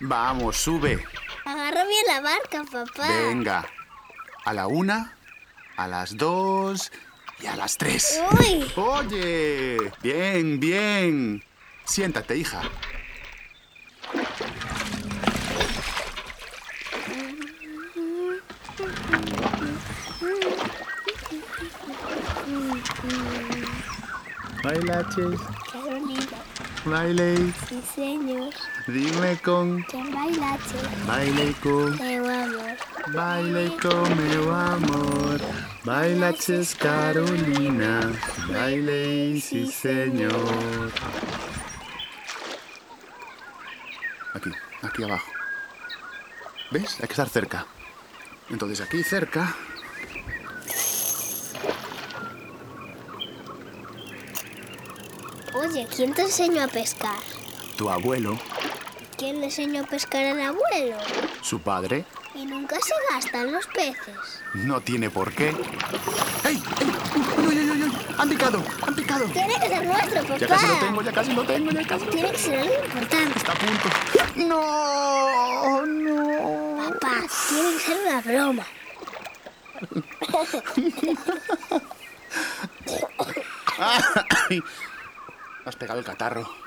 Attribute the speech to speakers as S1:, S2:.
S1: Vamos, sube.
S2: Agarra bien la barca, papá.
S1: Venga. A la una, a las dos y a las tres.
S2: Uy,
S1: Oye, bien, bien. Siéntate, hija. Bailaches,
S2: qué bonito.
S1: baile,
S2: Sí, señor.
S1: dime con,
S2: Qué bailache. Eh,
S1: baile con,
S2: Te amo.
S1: baile con meu amor. Bailaches Carolina, baile, sí señor. Aquí, aquí abajo. ¿Ves? Hay que estar cerca. Entonces aquí cerca.
S2: Oye, ¿quién te enseñó a pescar?
S1: Tu abuelo,
S2: ¿Quién le enseñó a pescar al abuelo?
S1: su padre,
S2: Y nunca se gastan los peces.
S1: no tiene por qué. ¡Ey! ¡Ey! ¡Uy, uy, uy, uy! ¡Han picado! ¡Han picado!
S2: Tiene que ser nuestro, papá.
S1: Ya casi lo tengo, ya casi lo tengo, ya casi lo
S2: Tiene que ser algo importante.
S1: Está a punto. ¡No! ¡No!
S2: Papá, tiene que ser una broma.
S1: Has pegado el catarro.